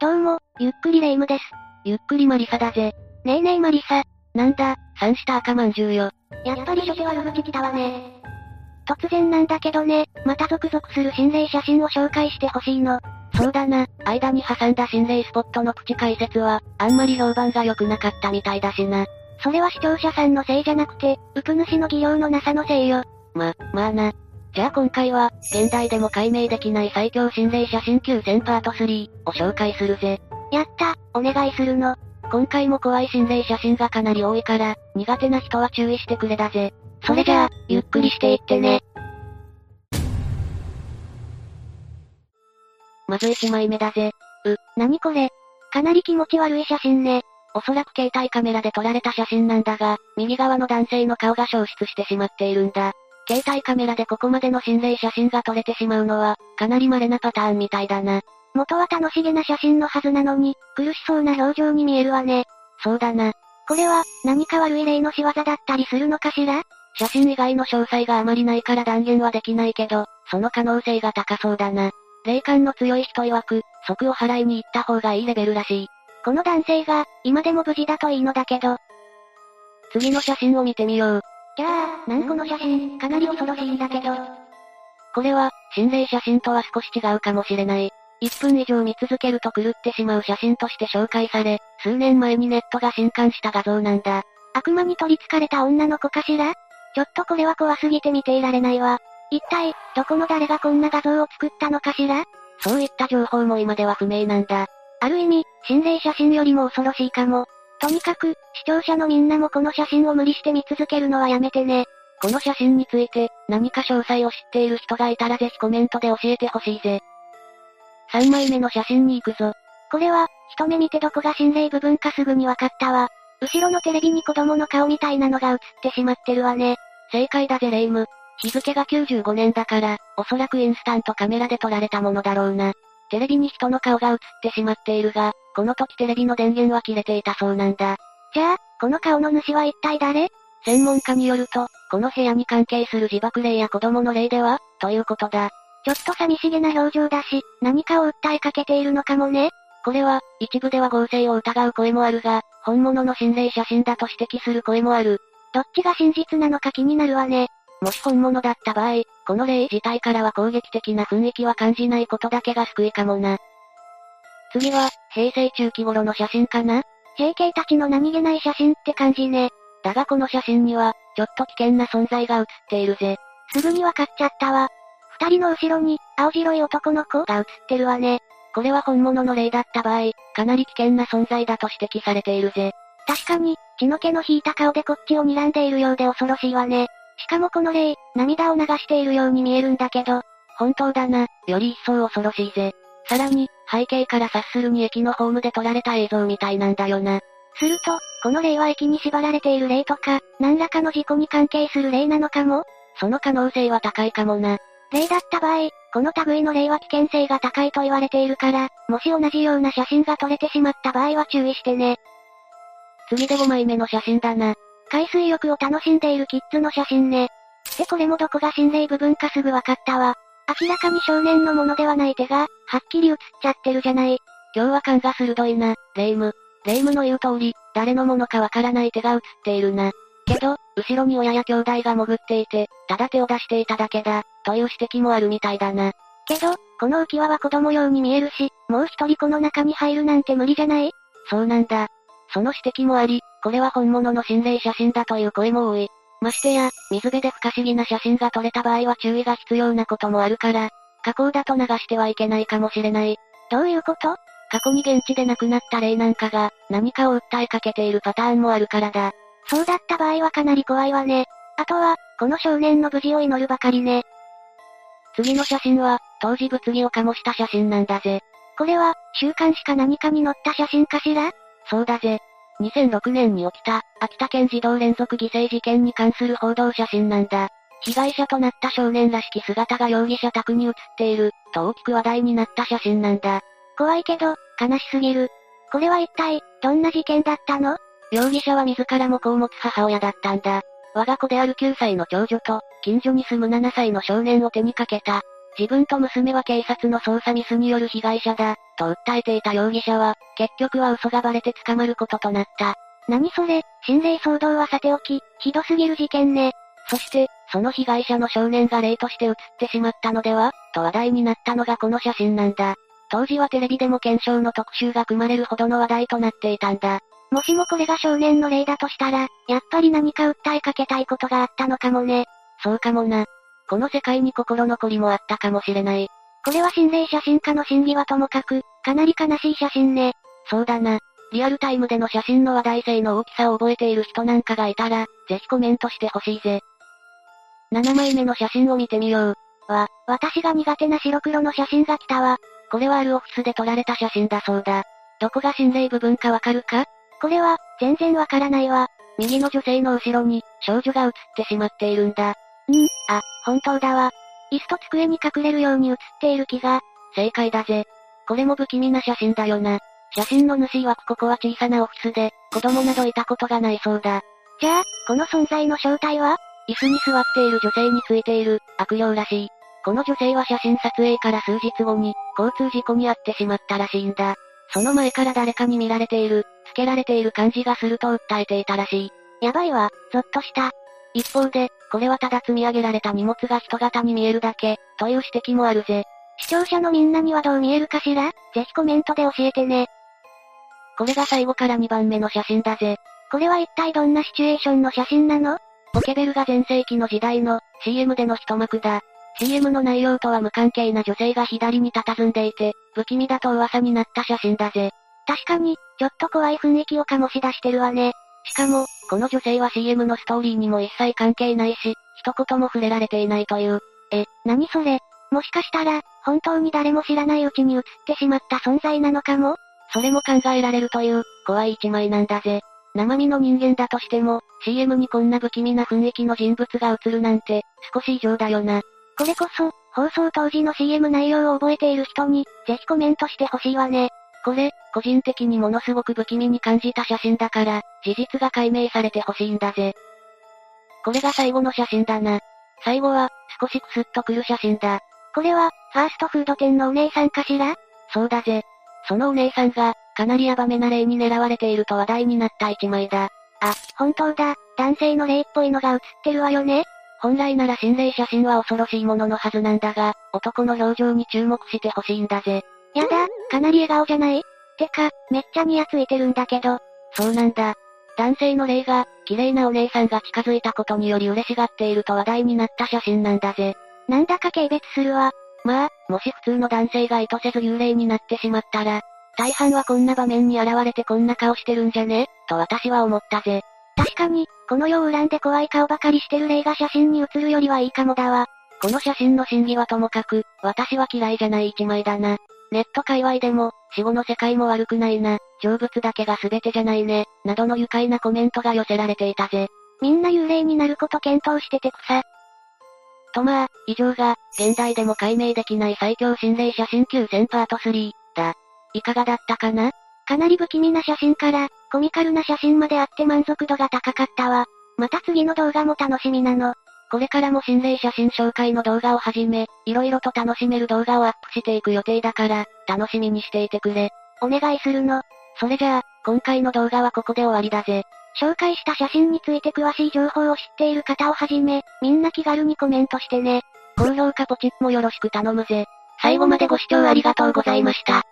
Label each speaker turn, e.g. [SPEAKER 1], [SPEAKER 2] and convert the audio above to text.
[SPEAKER 1] どうも、ゆっくりレ夢ムです。
[SPEAKER 2] ゆっくりマリサだぜ。
[SPEAKER 1] ねえねえマリサ。
[SPEAKER 2] なんだ、三下赤まんじゅうよ。
[SPEAKER 1] やっぱり女性は呼ぶべきだわね。突然なんだけどね、また続々する心霊写真を紹介してほしいの。
[SPEAKER 2] そうだな、間に挟んだ心霊スポットのプチ解説は、あんまり評判が良くなかったみたいだしな。
[SPEAKER 1] それは視聴者さんのせいじゃなくて、ウプ主の技量のなさのせいよ。
[SPEAKER 2] ま、まあな。じゃあ今回は、現代でも解明できない最強心霊写真9000パート3を紹介するぜ。
[SPEAKER 1] やった、お願いするの。
[SPEAKER 2] 今回も怖い心霊写真がかなり多いから、苦手な人は注意してくれだぜ。
[SPEAKER 1] それじゃあ、ゆっくりしていってね。
[SPEAKER 2] まず1枚目だぜ。
[SPEAKER 1] 何これかなり気持ち悪い写真ね。
[SPEAKER 2] おそらく携帯カメラで撮られた写真なんだが、右側の男性の顔が消失してしまっているんだ。携帯カメラでここまでの心霊写真が撮れてしまうのは、かなり稀なパターンみたいだな。
[SPEAKER 1] 元は楽しげな写真のはずなのに、苦しそうな表情に見えるわね。
[SPEAKER 2] そうだな。
[SPEAKER 1] これは、何か悪い例の仕業だったりするのかしら
[SPEAKER 2] 写真以外の詳細があまりないから断言はできないけど、その可能性が高そうだな。霊感の強い人曰く、即を払いに行った方がいいレベルらしい。
[SPEAKER 1] この男性が、今でも無事だといいのだけど。
[SPEAKER 2] 次の写真を見てみよう。
[SPEAKER 1] ギャー、なんこの写真、かなり恐ろしいんだけど。
[SPEAKER 2] これは、心霊写真とは少し違うかもしれない。1分以上見続けると狂ってしまう写真として紹介され、数年前にネットが新刊した画像なんだ。
[SPEAKER 1] 悪魔に取り憑かれた女の子かしらちょっとこれは怖すぎて見ていられないわ。一体、どこの誰がこんな画像を作ったのかしら
[SPEAKER 2] そういった情報も今では不明なんだ。
[SPEAKER 1] ある意味、心霊写真よりも恐ろしいかも。とにかく、視聴者のみんなもこの写真を無理して見続けるのはやめてね。
[SPEAKER 2] この写真について、何か詳細を知っている人がいたらぜひコメントで教えてほしいぜ。3枚目の写真に行くぞ。
[SPEAKER 1] これは、一目見てどこが心霊部分かすぐにわかったわ。後ろのテレビに子供の顔みたいなのが映ってしまってるわね。
[SPEAKER 2] 正解だぜレイム。日付が95年だから、おそらくインスタントカメラで撮られたものだろうな。テレビに人の顔が映ってしまっているが、この時テレビの電源は切れていたそうなんだ。
[SPEAKER 1] じゃあ、この顔の主は一体誰
[SPEAKER 2] 専門家によると、この部屋に関係する自爆霊や子供の霊では、ということだ。
[SPEAKER 1] ちょっと寂しげな表情だし、何かを訴えかけているのかもね。
[SPEAKER 2] これは、一部では合成を疑う声もあるが、本物の心霊写真だと指摘する声もある。
[SPEAKER 1] どっちが真実なのか気になるわね。
[SPEAKER 2] もし本物だった場合、この霊自体からは攻撃的な雰囲気は感じないことだけが救いかもな。次は、平成中期頃の写真かな
[SPEAKER 1] 平家たちの何気ない写真って感じね。
[SPEAKER 2] だがこの写真には、ちょっと危険な存在が写っているぜ。
[SPEAKER 1] すぐにわかっちゃったわ。二人の後ろに、青白い男の子が映ってるわね。
[SPEAKER 2] これは本物の霊だった場合、かなり危険な存在だと指摘されているぜ。
[SPEAKER 1] 確かに、血の気の引いた顔でこっちを睨んでいるようで恐ろしいわね。しかもこの霊、涙を流しているように見えるんだけど、
[SPEAKER 2] 本当だな、より一層恐ろしいぜ。さらに、背景から察するに駅のホームで撮られた映像みたいなんだよな。
[SPEAKER 1] すると、この霊は駅に縛られている霊とか、何らかの事故に関係する霊なのかも
[SPEAKER 2] その可能性は高いかもな。
[SPEAKER 1] 霊だった場合、この類の霊は危険性が高いと言われているから、もし同じような写真が撮れてしまった場合は注意してね。
[SPEAKER 2] 次で5枚目の写真だな。
[SPEAKER 1] 海水浴を楽しんでいるキッズの写真ね。でこれもどこが心霊部分かすぐわかったわ。明らかに少年のものではない手が、はっきり写っちゃってるじゃない。
[SPEAKER 2] 今日は感が鋭いな、レイム。レイムの言う通り、誰のものかわからない手が写っているな。けど、後ろに親や兄弟が潜っていて、ただ手を出していただけだ、という指摘もあるみたいだな。
[SPEAKER 1] けど、この浮き輪は子供用に見えるし、もう一人この中に入るなんて無理じゃない
[SPEAKER 2] そうなんだ。その指摘もあり、これは本物の心霊写真だという声も多い。ましてや、水辺で不可思議な写真が撮れた場合は注意が必要なこともあるから、加工だと流してはいけないかもしれない。
[SPEAKER 1] どういうこと
[SPEAKER 2] 過去に現地で亡くなった霊なんかが、何かを訴えかけているパターンもあるからだ。
[SPEAKER 1] そうだった場合はかなり怖いわね。あとは、この少年の無事を祈るばかりね。
[SPEAKER 2] 次の写真は、当時物議を醸した写真なんだぜ。
[SPEAKER 1] これは、週刊誌か何かに載った写真かしら
[SPEAKER 2] そうだぜ。2006年に起きた、秋田県児童連続犠牲事件に関する報道写真なんだ。被害者となった少年らしき姿が容疑者宅に写っている、と大きく話題になった写真なんだ。
[SPEAKER 1] 怖いけど、悲しすぎる。これは一体、どんな事件だったの
[SPEAKER 2] 容疑者は自らも子を持つ母親だったんだ。我が子である9歳の長女と、近所に住む7歳の少年を手にかけた。自分と娘は警察の捜査ミスによる被害者だ、と訴えていた容疑者は、結局は嘘がバレて捕まることとなった。
[SPEAKER 1] 何それ、心霊騒動はさておき、ひどすぎる事件ね。
[SPEAKER 2] そして、その被害者の少年が例として写ってしまったのではと話題になったのがこの写真なんだ。当時はテレビでも検証の特集が組まれるほどの話題となっていたんだ。
[SPEAKER 1] もしもこれが少年の例だとしたら、やっぱり何か訴えかけたいことがあったのかもね。
[SPEAKER 2] そうかもな。この世界に心残りもあったかもしれない。
[SPEAKER 1] これは心霊写真家の真偽はともかく、かなり悲しい写真ね。
[SPEAKER 2] そうだな。リアルタイムでの写真の話題性の大きさを覚えている人なんかがいたら、ぜひコメントしてほしいぜ。7枚目の写真を見てみよう。
[SPEAKER 1] わ、私が苦手な白黒の写真が来たわ。
[SPEAKER 2] これはあるオフィスで撮られた写真だそうだ。どこが心霊部分かわかるか
[SPEAKER 1] これは、全然わからないわ。
[SPEAKER 2] 右の女性の後ろに、少女が映ってしまっているんだ。
[SPEAKER 1] んあ、本当だわ。椅子と机に隠れるように写っている気が、
[SPEAKER 2] 正解だぜ。これも不気味な写真だよな。写真の主曰くここは小さなオフィスで、子供などいたことがないそうだ。
[SPEAKER 1] じゃあ、この存在の正体は
[SPEAKER 2] 椅子に座っている女性についている、悪霊らしい。この女性は写真撮影から数日後に、交通事故に遭ってしまったらしいんだ。その前から誰かに見られている、つけられている感じがすると訴えていたらしい。
[SPEAKER 1] やばいわ、ゾッとした。
[SPEAKER 2] 一方で、これはただ積み上げられた荷物が人型に見えるだけ、という指摘もあるぜ。
[SPEAKER 1] 視聴者のみんなにはどう見えるかしらぜひコメントで教えてね。
[SPEAKER 2] これが最後から2番目の写真だぜ。
[SPEAKER 1] これは一体どんなシチュエーションの写真なの
[SPEAKER 2] ポケベルが全盛期の時代の CM での一幕だ。CM の内容とは無関係な女性が左に佇んでいて、不気味だと噂になった写真だぜ。
[SPEAKER 1] 確かに、ちょっと怖い雰囲気を醸し出してるわね。
[SPEAKER 2] しかも、この女性は CM のストーリーにも一切関係ないし、一言も触れられていないという。
[SPEAKER 1] 何それもしかしたら、本当に誰も知らないうちに写ってしまった存在なのかも
[SPEAKER 2] それも考えられるという、怖い一枚なんだぜ。生身の人間だとしても、CM にこんな不気味な雰囲気の人物が映るなんて、少し異常だよな。
[SPEAKER 1] これこそ、放送当時の CM 内容を覚えている人に、ぜひコメントしてほしいわね。
[SPEAKER 2] これ、個人的にものすごく不気味に感じた写真だから、事実が解明されてほしいんだぜ。これが最後の写真だな。最後は、少しクスッとくる写真だ。
[SPEAKER 1] これは、ファーストフード店のお姉さんかしら
[SPEAKER 2] そうだぜ。そのお姉さんが、かなりヤバめな霊に狙われていると話題になった一枚だ。
[SPEAKER 1] あ、本当だ、男性の霊っぽいのが写ってるわよね。
[SPEAKER 2] 本来なら心霊写真は恐ろしいもののはずなんだが、男の表情に注目してほしいんだぜ。
[SPEAKER 1] やだ、かなり笑顔じゃないてか、めっちゃニヤついてるんだけど、
[SPEAKER 2] そうなんだ。男性の霊が、綺麗なお姉さんが近づいたことにより嬉しがっていると話題になった写真なんだぜ。
[SPEAKER 1] なんだか軽蔑するわ。
[SPEAKER 2] まあ、もし普通の男性が意図せず幽霊になってしまったら、大半はこんな場面に現れてこんな顔してるんじゃねと私は思ったぜ。
[SPEAKER 1] 確かに、この世を恨んで怖い顔ばかりしてる霊が写真に写るよりはいいかもだわ。
[SPEAKER 2] この写真の真偽はともかく、私は嫌いじゃない一枚だな。ネット界隈でも、死後の世界も悪くないな、成仏だけが全てじゃないね、などの愉快なコメントが寄せられていたぜ。
[SPEAKER 1] みんな幽霊になること検討しててくさ。
[SPEAKER 2] とまあ、以上が、現代でも解明できない最強心霊写真9000パート3、だ。いかがだったかな
[SPEAKER 1] かなり不気味な写真から、コミカルな写真まであって満足度が高かったわ。また次の動画も楽しみなの。
[SPEAKER 2] これからも心霊写真紹介の動画をはじめ、いろいろと楽しめる動画をアップしていく予定だから、楽しみにしていてくれ。
[SPEAKER 1] お願いするの。
[SPEAKER 2] それじゃあ、今回の動画はここで終わりだぜ。
[SPEAKER 1] 紹介した写真について詳しい情報を知っている方をはじめ、みんな気軽にコメントしてね。
[SPEAKER 2] 高評価ポチッもよろしく頼むぜ。最後までご視聴ありがとうございました。